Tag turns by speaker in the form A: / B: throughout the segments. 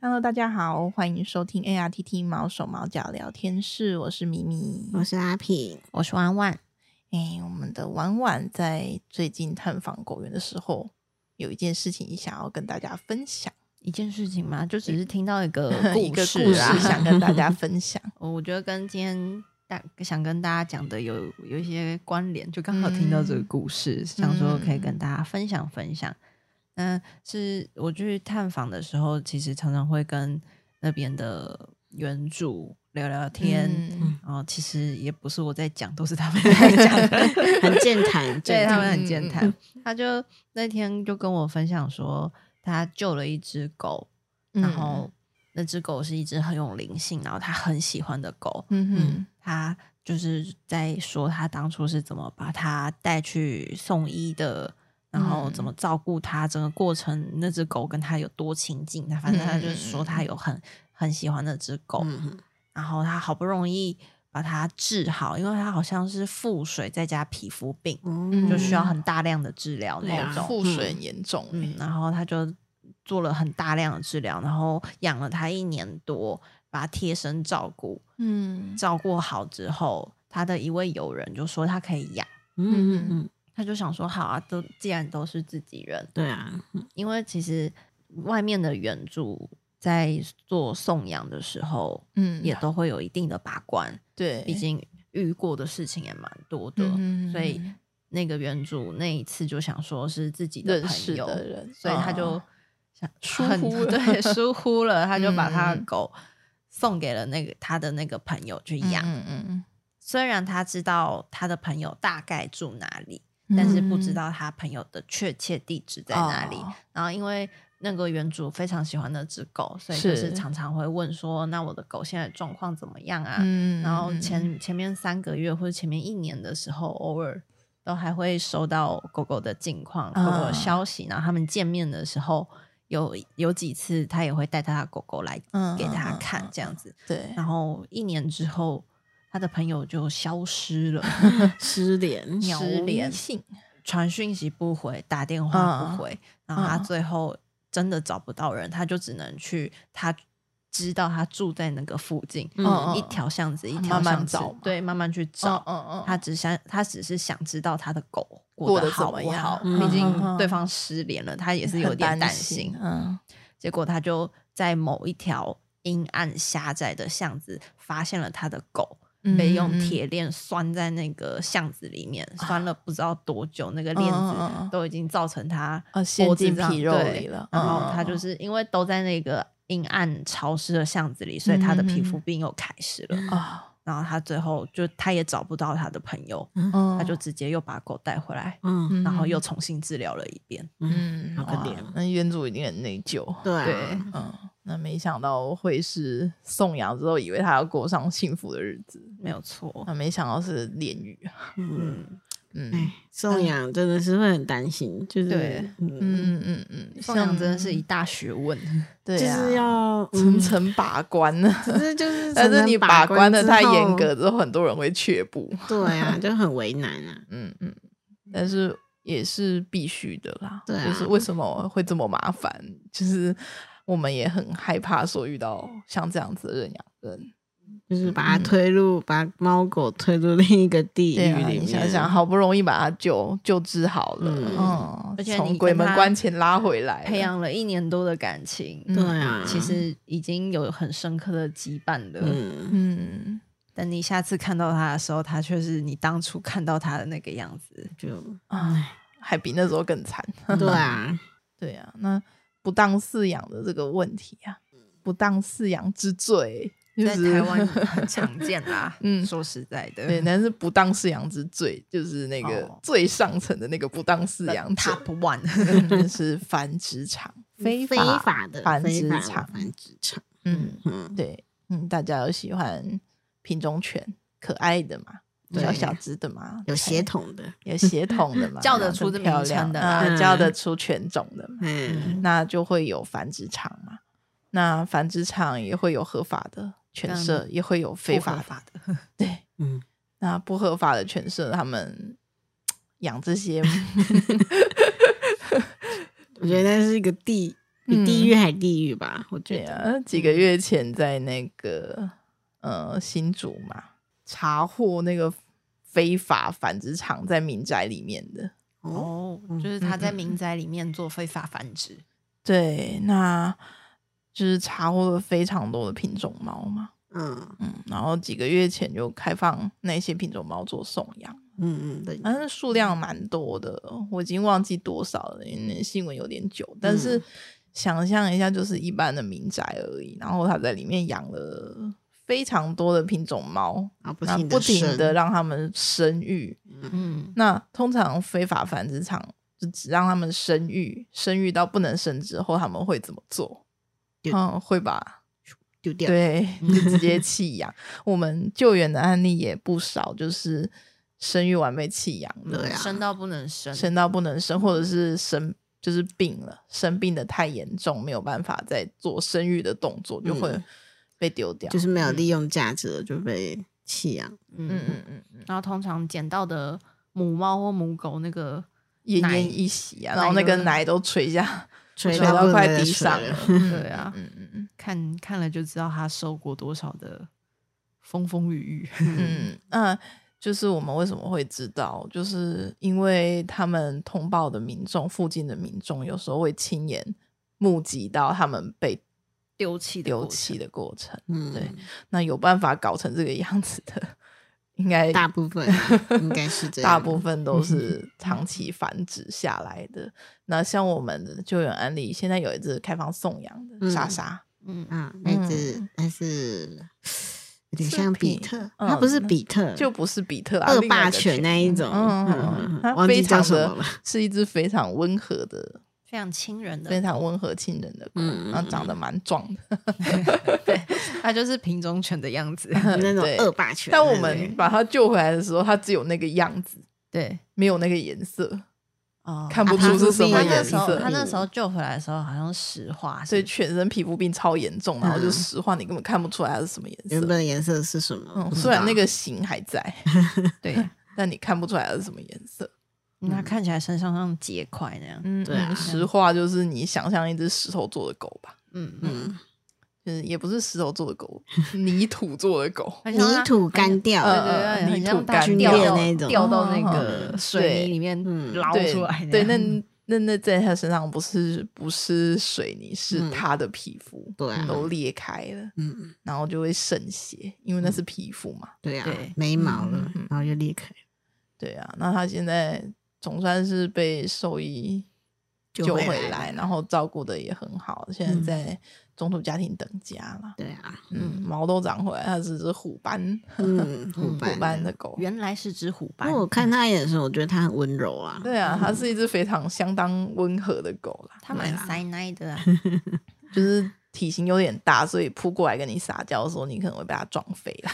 A: Hello，大家好，欢迎收听 ARTT 毛手毛脚聊天室，我是咪咪。
B: 我是阿平，
C: 我是婉婉，
A: 哎，我们的婉婉在最近探访狗园的时候，有一件事情想要跟大家分享，
C: 一件事情嘛，就只是听到一 个
A: 一个故
C: 故
A: 事
C: 啊。
A: 想跟大家分享。
C: 我觉得跟今天大想跟大家讲的有有一些关联，就刚好听到这
A: 嗯
C: 个故事，想说可以跟大家分享分享。嗯、是我去探访的时候，其实常常会跟那边的原主聊聊天，
A: 嗯
C: 然后其实也不是我在讲，都是他们 在讲。
B: 很健 谈，
C: 对
B: 健
C: 他
B: 谈
C: 们很
A: 嗯
C: 健
A: 嗯
C: 谈。他就那天就跟我分享说，他救了一只狗，
A: 嗯
C: 然后那只狗是一只很有灵性，然后他很喜欢的狗。
A: 嗯哼
C: 他就是在说他当初是怎么把它带去送医的，然
A: 嗯
C: 后怎么照顾它，整个过程那只狗跟他有多亲近。他反正他就是
A: 嗯
C: 说他有很很喜欢那只狗，
B: 嗯
C: 然后他好不容易。把它治好，因为它好像是腹水再加皮肤病，
B: 嗯
C: 就需要很大量的治疗
A: 哦对
C: 那
A: 啊，
C: 种。
A: 腹水很严重、
C: 嗯
A: 欸，，
C: 然后他就做了很大量的治疗，然后养了他一年多，把他贴身照顾，
A: 嗯
C: 照顾好之后，他的一位友人就说他可以养，
B: 嗯嗯嗯，
C: 他就想说好啊，都既然都是自己人，
B: 对啊，
C: 因为其实外面的援助在做送养的时候，
A: 嗯
C: 也都会有一定的把关，
A: 对，
C: 毕竟遇过的事情也蛮多的，
A: 嗯
C: 所以那个原主那一次就想说是自己的
A: 认
C: 朋
A: 识
C: 友，
A: 的人，
C: 所以他就
A: 哦
C: 想
A: 疏
C: 很
A: 忽了
C: 对， 疏忽了，他就把他
A: 嗯
C: 的狗送给了那个他的那个朋友去养。
A: 嗯嗯嗯
C: 虽然他知道他的朋友大概住哪里，
A: 嗯
C: 但是不知道他朋友的确切地址在哪里。
A: 哦
C: 然后因为那个原主非常喜欢那只狗，所以就是是常常会问说：“那我的狗现在状况怎么样啊？”
A: 嗯
C: 然后
A: 嗯
C: 前前面三个月或者前面一年的时候，偶尔都还会收到狗狗的近况、狗狗
A: 啊
C: 的消息。然后他们见面的时候，有有几次他也会带他的狗狗来
A: 嗯
C: 给他
A: 嗯嗯
C: 看
A: 嗯
C: 这样子。
A: 对，
C: 然后一年之后，他的朋友就消失了，
B: 失联，
C: 鸟
A: 失
C: 联
A: 性，
C: 传讯息不回，打电话不回，然后他
A: 嗯
C: 最后真的找不到人，他就只能去他知道他住在那个附近，
B: 嗯
A: 嗯
C: 一条巷子一条
A: 慢慢
C: 巷子
A: 找嘛
C: 对，慢慢去找。
A: 嗯嗯嗯，
C: 他只想，他只是想知道他的狗
A: 过
C: 过
A: 得
C: 得
A: 怎
C: 好
A: 么
C: 不
A: 样
C: 好，
B: 嗯
C: 毕
A: 嗯
C: 竟
A: 嗯
C: 对方失联了，他也是有
A: 很
C: 点担
A: 心
C: 心。，
A: 嗯
C: 结果他就在某一条阴暗狭窄的巷子发现了他的狗，
A: 嗯
C: 被用铁链拴在那个巷子里面，拴了不知道多久，那个链
A: 嗯嗯嗯
C: 子都已经造成他
A: 啊陷
C: 脖子
A: 进
C: 上
A: 皮肉
C: 对
A: 里了
C: 然后
A: 嗯
C: 他就是因为都在那个阴暗潮湿的巷子里，所以他的皮肤病又开始了。
A: 啊，
C: 然后他最后就他也找不到他的朋友，
A: 他
C: 他就直接又把狗带回来，
B: 嗯，
C: 然后又重新治疗了一遍。
A: 嗯，
B: 好可
A: 哇
B: 怜
A: 那原主一定很内疚，
B: 对啊
C: 对，
A: 嗯，那没想到会是送养之后，以为他要过上幸福的日子，
C: 没有错，
A: 那没想到是炼狱，啊
B: 嗯，
C: 嗯，
A: 嗯
B: 哎，送养真的是会很担心，就是
C: 对，
B: 嗯，
A: 嗯嗯嗯嗯，
C: 送养真的是一
A: 像
C: 大学 问。
A: 对
B: 就
A: 啊，
B: 是要
A: 层
B: 嗯，
A: 层把关 呢。
B: 只是就是，
A: 但是你把关
B: 关
A: 的
B: 之
A: 太严
B: 后
A: 格，之后，很多人会却步。
B: 对啊，就很为难啊，
A: 嗯嗯，但是也是必须的啦。
B: 对啊
A: 就是为什么会这么麻烦？就是我们也很害怕说遇到像这样子的认养人。
B: 就是把
C: 嗯
B: 它推入，把猫狗推入另一个地
A: 对
B: 狱
A: 啊，
B: 里
A: 你
B: 面，
A: 想想，好不容易把它救救治好了，
B: 嗯
A: 嗯，
C: 而且你
A: 从
C: 跟
A: 鬼门
C: 它
A: 关前拉回来了，
C: 培养了一年多的感情，
A: 嗯
B: 对啊，
C: 其实已经有很深刻的羁绊了。
B: 嗯，
A: 嗯，
C: 等你下次看到他的时候，他却是你当初看到他的那个样子。
B: 就
A: 啊，还比那时候更惨。
B: 对啊，
A: 对啊，那不当饲养的这个问题啊，不当饲养之罪， 就
C: 在
A: 是
C: 台湾很常见啦，
A: 嗯
C: 说实在 的，
A: 对，但是不当饲养之最就是那个
C: 哦
A: 最上层的那个不当饲养者，
C: Top One，
A: 嗯就是繁殖场非
B: 嗯非
A: 法
B: 法的
A: 繁
B: 非
A: 殖
B: 法的
A: 场
B: 繁殖场，
A: 嗯，
B: 嗯，
A: 对，嗯，大家有喜欢品种犬，可爱的嘛，
B: 对
A: 小小只的嘛，
B: 有
A: 才
B: 血统的，
A: 有血统的嘛，
C: 叫得
A: 然后
C: 出
A: 更
C: 这名
A: 漂
C: 称
A: 亮
C: 的
A: 啊
B: 啦
A: 叫
B: 嗯
A: 得出犬种的嘛，
B: 嗯。
A: 那就会有繁殖场嘛，那繁殖场也会有合法的犬
C: 但
A: 舍，也会有非法
C: 不合
A: 的，
C: 法的，
A: 对，
B: 嗯，
A: 那不合法的犬舍，他们 养这些啊
B: 我觉得那是一个地比地狱还地狱吧？我
A: 嗯
B: 觉
A: 对
B: 得
A: 啊，几个月前在那个呃新竹嘛，查获那个非法繁殖场在民宅里面的。
B: 哦，
C: 哦，
A: 嗯
C: 就是他在民宅里面做非法繁殖，
A: 对，那就是查获了非常多的品种猫嘛，
B: 嗯
A: 嗯，然后几个月前就开放那些品种猫做送养，
B: 嗯嗯，对，
A: 但是数量蛮多的，我已经忘记多少了，因为新闻有点久，但是
B: 嗯
A: 想象一下，就是一般的民宅而已，然后他在里面养了非常多的品种猫，
B: 啊，不
A: 那
B: 停
A: 不停的
B: 的，
A: 让它们生育，
C: 嗯
A: 那通常非法繁殖场就只让他们生育，生育到不能生之后，他们会怎么做？
B: 丢
A: 嗯，会把
B: 丢掉，
A: 对， 就直接弃养。我们救援的案例也不少，就是生育完被弃养的，
B: 对啊，
C: 生到不能生，
A: 生到不能生，或者是生就是病了，生病的太严重，没有办法再做生育的动作，就会
B: 嗯
A: 被丢掉。
B: 就是没有利用价值了，就被弃养。
A: 嗯
C: 嗯嗯
A: 嗯嗯嗯，
C: 然后通常捡到的母猫或母狗那个，
A: 嗯奄
C: 奶
A: 奄一息啊，然后那个
C: 奶都
A: 奶都垂下，
B: 垂
A: 垂
B: 到不
A: 到
B: 能
A: 快
B: 再
A: 地
B: 垂
A: 上
B: 了
A: 了。
C: 对啊，
A: 嗯嗯嗯。
C: 看看了就知道它受过多少的风风 雨雨。
A: 嗯，那就是我们为什么会知道，就是因为他们通报的民众、附近的民众，有时候会亲眼目击到他们被
C: 丢弃的
A: 丢
C: 过
A: 弃的过程。
B: 嗯，
A: 对，那有办法搞成这个样子的，应该
B: 大部分应该是这样，嗯
A: 大部分都是长期繁殖下来的。那像我们的救援案例，现在有一只开放送养的
B: 嗯
A: 莎莎，
C: 嗯
B: 啊，那只那是有点
A: 是
B: 像
A: 比
B: 比特，
A: 嗯
B: 它不是比特，
A: 就不是比特啊，另
B: 恶
A: 外一
B: 霸
A: 个
B: 犬那一种，
A: 嗯
B: 嗯
A: 嗯嗯
B: 嗯，嗯
A: 它
B: 忘记
A: 非
B: 叫
A: 常
B: 什么
A: 的
B: 了，
A: 是一只非常温和的
C: 非常亲人的，
A: 非常温和亲人的狗，
B: 嗯嗯嗯
A: 然后长得蛮壮的。
C: 对，它就是品种犬的样 子。
B: 那种
A: 对
B: 恶霸犬那
A: 但
B: 种。
A: 我们把它救回来的时候，它只有那个样子，
C: 对，
A: 没有那个颜色，
B: 啊
C: 哦
A: 看不出是什么
C: 他
B: 它
C: 那
A: 颜
C: 时候
A: 色
C: 他
B: 它。
C: 那时候救回来的时候好像石化，
A: 所
C: 是
A: 以
C: 不是
A: 全身皮肤病超严重，然后就
B: 嗯
A: 石化，你根本看不出来它是什么颜
B: 原
A: 色。
B: 本的颜色是什么？
A: 嗯，
B: 不知
A: 虽然那
B: 道
A: 个形还在，
C: 对，
A: 但你看不出来它是什么颜色。
C: 嗯它看起来身上像结块那样。
A: 嗯，
B: 对 啊
A: 嗯实话就是你想象一只石头做的狗吧，
C: 嗯嗯，
B: 嗯，
A: 就是也不是石头做的 狗，泥土做的狗。
C: 很
B: 泥
C: 像它
B: 土干掉
C: 对
A: 呃
B: 了，
C: 对对，
A: 泥
C: 很
A: 土
C: 像大
A: 干
C: 掉
B: 裂
C: 到
B: 那种
C: 掉到那
B: 哦
C: 个
A: 嗯
C: 水泥里面
B: 嗯
C: 捞
A: 对
C: 出来的。
A: 对，那那那在它身上不是不是水泥，是
B: 嗯
A: 它的皮肤，
B: 对啊
A: 都裂开了。
B: 嗯，
A: 然后就会渗血，因为那是皮肤嘛。
B: 对啊
C: 对，
B: 没毛了
A: 嗯嗯，
B: 然后就裂开，
A: 对啊，那他现在总算是被兽医
B: 救
A: 救
B: 回
A: 回
B: 来
A: 来，
B: 了
A: 然后照顾的也很好，现在
B: 嗯
A: 在中途家庭等家了。
B: 对啊，
A: 嗯，毛都长回来，它是只虎斑，
B: 嗯，虎
C: 虎
A: 虎斑的狗。
C: 原来是只虎
B: 因
C: 斑
B: 哦为，我看它眼神，我觉得它很温柔啊，
A: 对啊，它是一只非常相当温和的狗啦，
C: 它蛮
B: 对啊
C: 塞奶的 啊。
A: 就是体型有点大，所以扑过来跟你撒娇的时候，你可能会被它撞飞啦。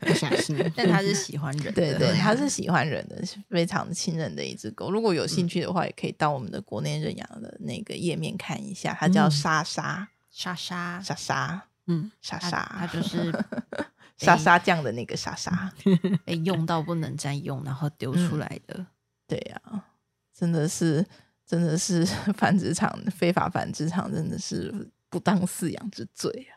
B: 不小心，
C: 但它是喜欢人的，
A: 对对，
B: 对
A: 它
B: 啊
A: 是喜欢人的，是非常亲人的一只狗。如果有兴趣的话，也可以到我们的国内认养的那个页面看一下，它叫
B: 嗯
A: 莎莎
C: 莎莎，
A: 莎莎
B: 嗯，
A: 莎
C: 它它
A: 莎
C: 就是
A: 莎莎酱的那个莎莎。
C: 被用到不能再用，然后丢出来的。
A: 对呀、真的是真的是 繁殖场非法繁殖场真的是不当饲养之罪啊！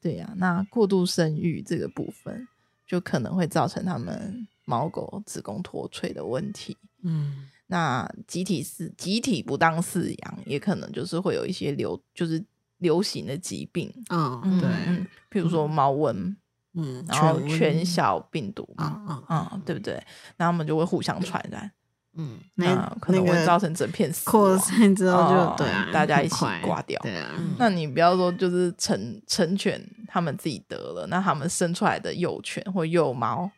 A: 对呀、那过度生育这个部分就可能会造成它们猫狗子宫脱垂的问题。
B: 嗯，
A: 那集体饲集体不当饲养，也可能就是会有一些流就是流行的疾病，
B: 哦，
C: 嗯
B: 对，
A: 嗯，譬如说猫瘟，
B: 嗯，
A: 然后
B: 温
A: 犬小病毒
B: 哦
A: 嘛，
B: 哦，
A: 嗯，对不对？然后我们就会互相传染，
C: 嗯，
B: 那
A: 那可能
B: 那
A: 会
B: 个
A: 造成整片死
B: 扩
A: 亡。
B: 散之后
A: 哦
B: 就对啊，
A: 大家
B: 很
A: 一起
B: 快
A: 挂掉
B: 对啊，
C: 嗯
A: 那你不要说就是成成犬他们自己得了，那他们生出来的幼犬或幼猫，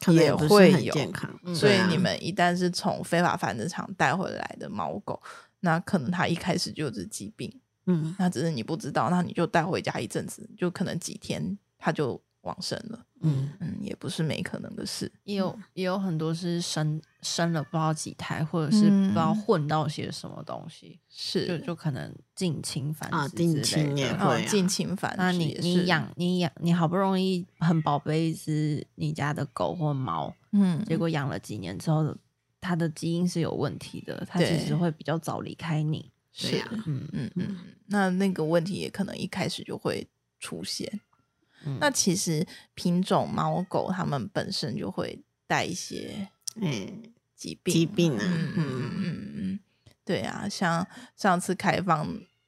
B: 可能
A: 也
B: 不是
A: 会
B: 很
A: 有
B: 健康，
C: 嗯
A: 所以
B: 对啊
A: 你们一旦是从非法繁殖场带回来的猫狗，那可能它一开始就有这疾病。
B: 嗯
A: 那只是你不知道，那你就带回家一阵子，就可能几天它就往生了。
B: 嗯
A: 嗯，也不是没可能的事。
C: 也有也有很多是生生了不知道几胎，或者是不知道
A: 嗯，
C: 混到些什么东西，就是就可能近亲繁
B: 啊
C: 殖
B: 近
C: 之类
B: 亲也
C: 的
B: 会
A: 哦
B: 啊，
A: 近亲繁
C: 那
A: 殖
C: 你
A: 也是
C: 你养你养你好不容易很宝贝一只你家的狗或猫，
A: 嗯，
C: 结果养了几年之后，它的基因是有问题的，它其
A: 对
C: 实会比较早离开你。
B: 对啊呀、
C: 嗯
A: 嗯嗯，嗯那那个问题也可能一开始就会出现。
C: 嗯
A: 那其实品种猫狗它们本身就会带一些
B: 哎，
A: 疾病，
B: 疾病啊，
A: 嗯嗯
B: 嗯，
A: 嗯嗯，对啊，像上次开放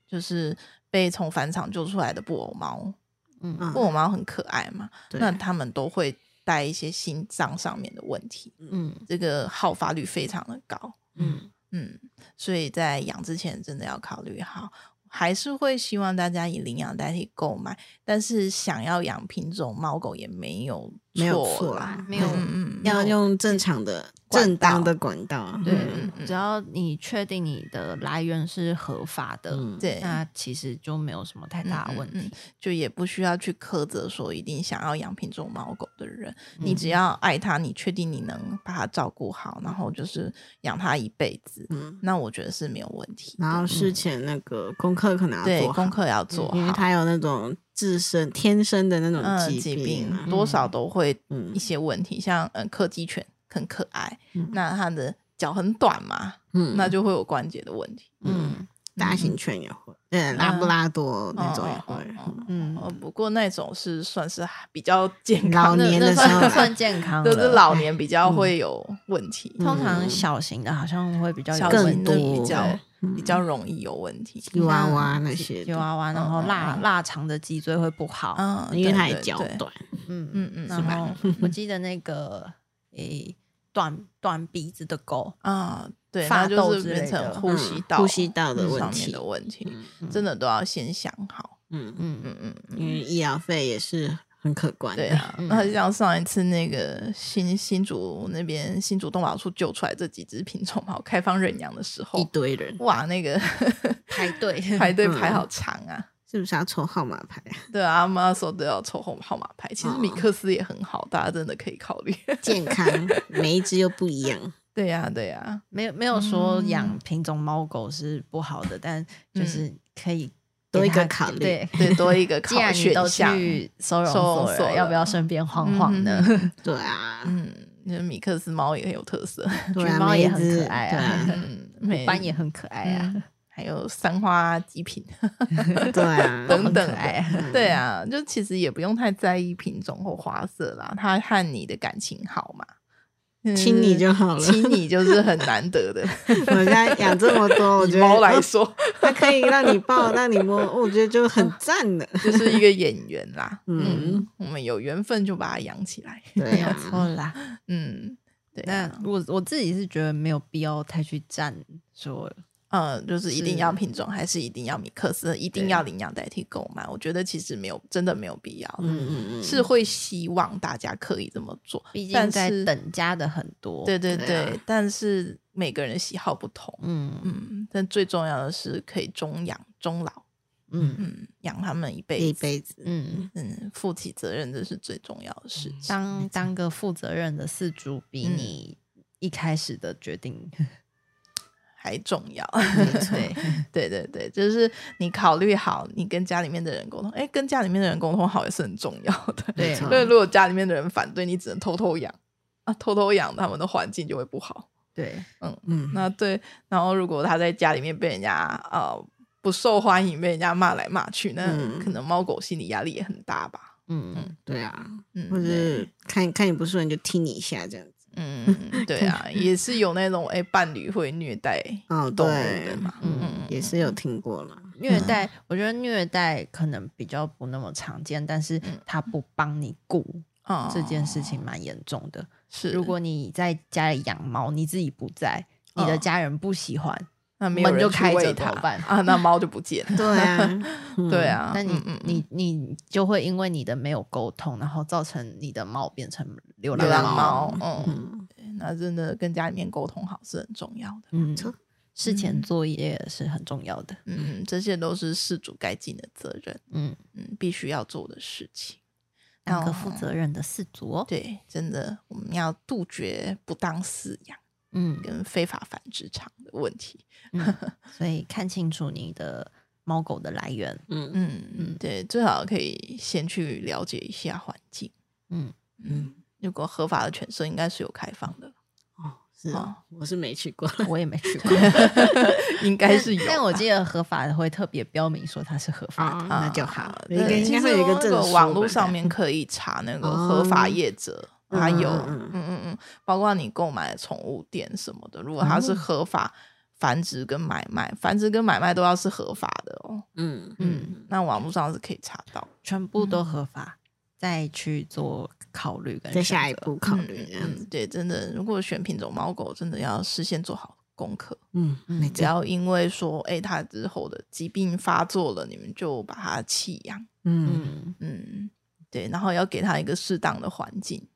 A: 就是被从返场救出来的布偶猫，
C: 嗯
B: 嗯
A: 布偶猫很可爱嘛，
B: 对
A: 那它们都会带一些心脏上面的问题，
C: 嗯
A: 这个好发率非常的高，
C: 嗯
A: 嗯，所以在养之前真的要考虑好，还是会希望大家以领养代替购买，但是想要养品种猫狗也没有
B: 没有
A: 错
B: 错
A: 啦
B: 啦，
C: 没有
A: 嗯嗯嗯
B: 要用正常的、
A: 管道
B: 正当的管道，啊
C: 对
A: 嗯嗯，
C: 只要你确定你的来源是合法的，
B: 嗯，
A: 对，
C: 那其实就没有什么太大的问
A: 嗯嗯嗯
C: 题。
A: 就也不需要去苛责说一定想要养品种猫狗的人，你
C: 嗯
A: 只要爱它，你确定你能把它照顾好，然后就是养它一辈子，
B: 嗯，
A: 那我觉得是没有问题的。
B: 然后事前那个功课可能
A: 嗯
B: 要
A: 对
B: 做好嗯
A: 功课要做
B: 因为
A: 好，
B: 它有那种自身天生的那
A: 嗯，
B: 种
A: 疾
B: 病啊，
A: 多少都会
B: 嗯
A: 一些问题，像嗯柯基犬很可爱，
B: 嗯
A: 那它的脚很短嘛，
B: 嗯，
A: 那就会有关节的问题。
C: 嗯
B: 大型犬也会，对，拉布拉
A: 哦
B: 多那种也会，
A: 嗯
C: 嗯
A: 呃，不过那种是算是比较健
B: 老
A: 康的
B: 年
A: 那
B: 的
A: 算
B: 时 候
C: 算算健康
A: 就
C: 的，
A: 是老年比较会有问题，
C: 通常
B: 嗯
C: 小型的好像会比较有
A: 小
B: 更
C: 问
A: 型
C: 题
A: 的比
B: 多
A: 较
B: 嗯
A: 比较容易有问题。
B: 吉娃娃那些
C: 吉
B: 的，
C: 啊娃娃，然后腊腊肠的脊椎会不好。
A: 嗯，
B: 因为它
A: 对
B: 也脚，
A: 对对
B: 短，
C: 嗯
A: 嗯嗯
C: 然后我记得那个诶短短鼻子的狗，
A: 啊，对，
C: 发
A: 那就
C: 痘
A: 是
C: 之类
A: 变成
C: 的
A: 呼吸道、
B: 嗯呼吸道的问
A: 上面
B: 题
A: 的，问题，
B: 嗯
A: 真的都要先想好。
B: 嗯，
C: 嗯
A: 嗯嗯嗯，
B: 因为医疗费也是很可观
A: 对
B: 的，
A: 啊，
C: 嗯
A: 那就像上一次那个新新竹那边新竹动保处救出来这几只品种猫开放认养的时
B: 一
A: 候，
B: 堆人
A: 哇，那个
C: 排队
A: 排队
B: 嗯
A: 排好长啊。
B: 是不是要抽号码牌？
A: 对啊，阿妈说都要抽号号码牌。其实
B: 哦
A: 米克斯也很好，大家真的可以考虑。
B: 健康，每一只又不一样，
A: 对呀、对呀、
C: 没有没有说养品种猫狗是不好的，但就是可以
B: 多
C: 给
B: 一个
C: 它
B: 考虑
C: 对，
A: 对，多一个考
C: 既然你
A: 选
C: 都
A: 项。嗯
C: 去收容
A: 收容
C: 所
A: 所
C: 了，要不
A: 了
C: 要顺便晃晃呢？
B: 对啊，
A: 嗯，那米克斯猫也很有特色，
B: 对
C: 橘
B: 啊，
C: 猫
B: 每
C: 也
B: 一
C: 很
B: 只
C: 可爱
B: 对
C: 啊
B: 啊，
A: 嗯，每
C: 斑也很可爱啊，
A: 嗯还有三花极品
B: 对啊，
A: 等
C: 很
A: 等
C: 可
A: 的
C: 爱啊
A: 对
B: 嗯
A: 啊，就其实也不用太在意品种或花色啦，它和你的感情好嘛，嗯
B: 亲你就好了。
A: 亲你就是很难得的。
B: 我现在养这么多， 我
A: 以
B: 觉得
A: 猫来
B: 哦
A: 说，
B: 它可以让你抱，让你摸，哦我觉得就很赞 了。
A: 就是一个演员 啦。
B: 嗯，
A: 我们有缘分就把它养起来。
B: 对
C: 没有
B: 啊，
C: 错啦。
A: 嗯，对啊、
C: 那我我自己是觉得没有必要太去站说，
A: 嗯，就是一定
C: 是
A: 要品种，还是一定要米克斯，一定
C: 对
A: 要领养代替购买？我觉得其实没有，真的没有必要。
B: 嗯嗯嗯，
A: 是会希望大家可以这么做，
C: 毕
A: 但
C: 竟在
A: 是
C: 等价的很多。
A: 对对对，
B: 对啊
A: 但是每个人喜好不同，
C: 嗯
A: 嗯，但最重要的是可以终养终老，
C: 嗯
A: 嗯，养他们一
B: 一
A: 辈子，
B: 辈子。
C: 嗯，
A: 嗯，负起责任这是最重要的事
B: 嗯
A: 情，
C: 当当个负责任的饲主，比
A: 嗯
C: 你一开始的决定，
A: 还重要。
C: 对，
A: 对对对，就是你考虑好，你跟家里面的人沟通，哎，跟家里面的人沟通好也是很重要的。
C: 对
B: 没错
A: 因为如果家里面的人反对，你只能偷偷养啊，偷偷养他们的环境就会不好。
C: 对，
B: 嗯，
A: 那对，然后如果他在家里面被人家呃不受欢迎，被人家骂来骂去，那
B: 嗯
A: 可能猫狗心理压力也很大吧。
C: 嗯
B: 对啊，
A: 嗯，
B: 或
A: 对
B: 者看看你不顺眼就踢你一下这样子。
A: 嗯，对 啊，也是有那种哎伴侣会虐待
B: 哦，
A: 动物
B: 对
A: 的，嘛，
C: 嗯
A: 嗯，
B: 也是有听过了。
C: 虐待，我觉得虐待可能比较不那么常见，但是他不帮你顾
A: 嗯
C: 这件事情蛮严重的。
A: 是，
C: 如果你在家里养猫，你自己不在，你的
A: 嗯
C: 家人不喜欢，
A: 那没有
C: 门
A: 人
C: 就
A: 去
C: 开着
A: 喂
C: 怎
A: 它
C: 么办
A: 啊，那猫就不见了。
B: 对啊， 嗯
A: 对，啊，
C: 那你、
A: 嗯嗯嗯
C: 你你就会因为你的没有沟通，然后造成你的猫变成流
A: 流浪
C: 猫。
A: 啊猫，嗯，
B: 嗯，
A: 对那真的跟家里面沟通好是很重要的。
C: 嗯
B: 错，
C: 事前作业是很重要的。
A: 嗯，这些都是事主该尽的责任，
C: 嗯，
A: 嗯，必须要做的事情。
C: 当个
A: 哦
C: 负责任的饲主哦。
A: 对，真的，我们要杜绝不当饲养
C: 嗯，
A: 跟非法繁殖场的问题。
C: 嗯所以看清楚你的猫狗的来源。
B: 嗯
A: 嗯嗯，对，最好可以先去了解一下环境。
C: 嗯
A: 嗯，如果合法的犬舍应该是有开放的，
B: 哦，是哦，我是没去过。
C: 我也没去过，
A: 应 该是有吧。
C: 但我记得合法的会特别标明说它是合法 的。
B: 哦 那就好
A: 啊
B: 应
A: 对
B: 该应该会有一个
A: 其实
B: 证
A: 那
B: 书
A: 网
B: 吧哦
A: 络 上面可以查那个合法业者，还有
B: 嗯
A: 嗯嗯嗯，包括你购买的宠物店什么的，如果
B: 哦
A: 它是合法繁殖跟买卖，繁殖跟买卖都要是合法的哦。
B: 嗯
C: 嗯
B: 嗯，
A: 那网络上是可以查到。
C: 全部
A: 嗯
C: 都合法，再去做考虑跟
B: 再下一
C: 选择
B: 步考虑这样
A: 嗯
B: 子。
A: 嗯，对，真的，如果选品种猫狗，真的要事先做好功课，
B: 嗯，
C: 嗯
B: 没
A: 只
B: 错。
A: 要因为说，哎、它之后的疾病发作了，你们就把它弃养。
B: 嗯，
C: 嗯，
A: 嗯，对，然后要给它一个适当的环境。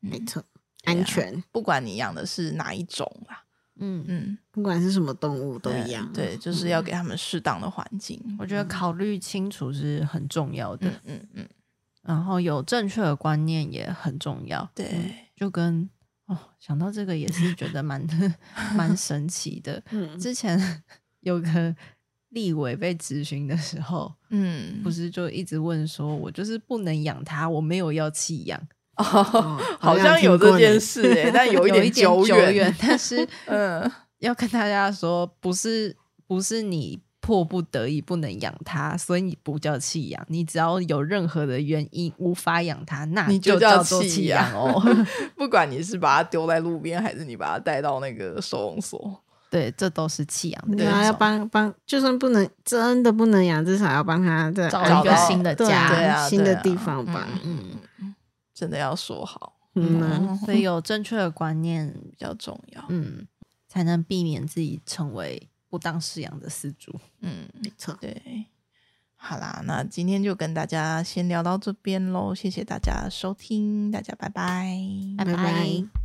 B: 没
A: 嗯
B: 错，
A: 对啊
B: 安全，
A: 不管你养的是哪一种啦，
C: 嗯，
A: 嗯，
B: 不管是什么动物都一样。啊
A: 对，就是要给他们适当的环境。
C: 我觉得考虑清楚是很重要的，
A: 嗯嗯嗯，
C: 然后有正确的观念也很重要。嗯，
A: 对，
C: 就跟哦，想到这个也是觉得蛮 蛮神奇的。
B: 嗯，
C: 之前 有个立委被咨询的时候，
A: 嗯，
C: 不
A: 是
C: 是就一直问说，我就是不能养它，我没有要弃养，
A: 哦，
B: 哦
A: 好像有这件事诶、但 有
C: 有
A: 一点
C: 久
A: 远，
C: 但是
A: 嗯，
C: 要跟大家说，不是不是你迫不得已不能养它，所以你不叫弃养，你只要有任何的原因无法养它，那
A: 你就
C: 就
A: 叫
C: 做
A: 弃
C: 弃
A: 养
C: 养哦。
A: 不管你是把它丢在路边，还是你把它带到那个收容所，
C: 对，这都是弃养的
B: 对
C: 一
B: 啊，要
C: 种
B: 帮帮，就算不能真的不能养，至少要帮他再
C: 找
B: 安
C: 一个
B: 排
C: 新的
B: 对
C: 家。
A: 对啊
B: 新的
A: 对啊
B: 地方吧。
A: 嗯，真的要说好
B: 嗯啊，
C: 嗯，所以有正确的观念，
A: 比较重要。
C: 嗯，才能避免自己成为不当饲养的饲主。
A: 嗯，
B: 没错，
A: 对。好啦，那今天就跟大家先聊到这边喽，谢谢大家收听，大家拜拜，
B: 拜拜。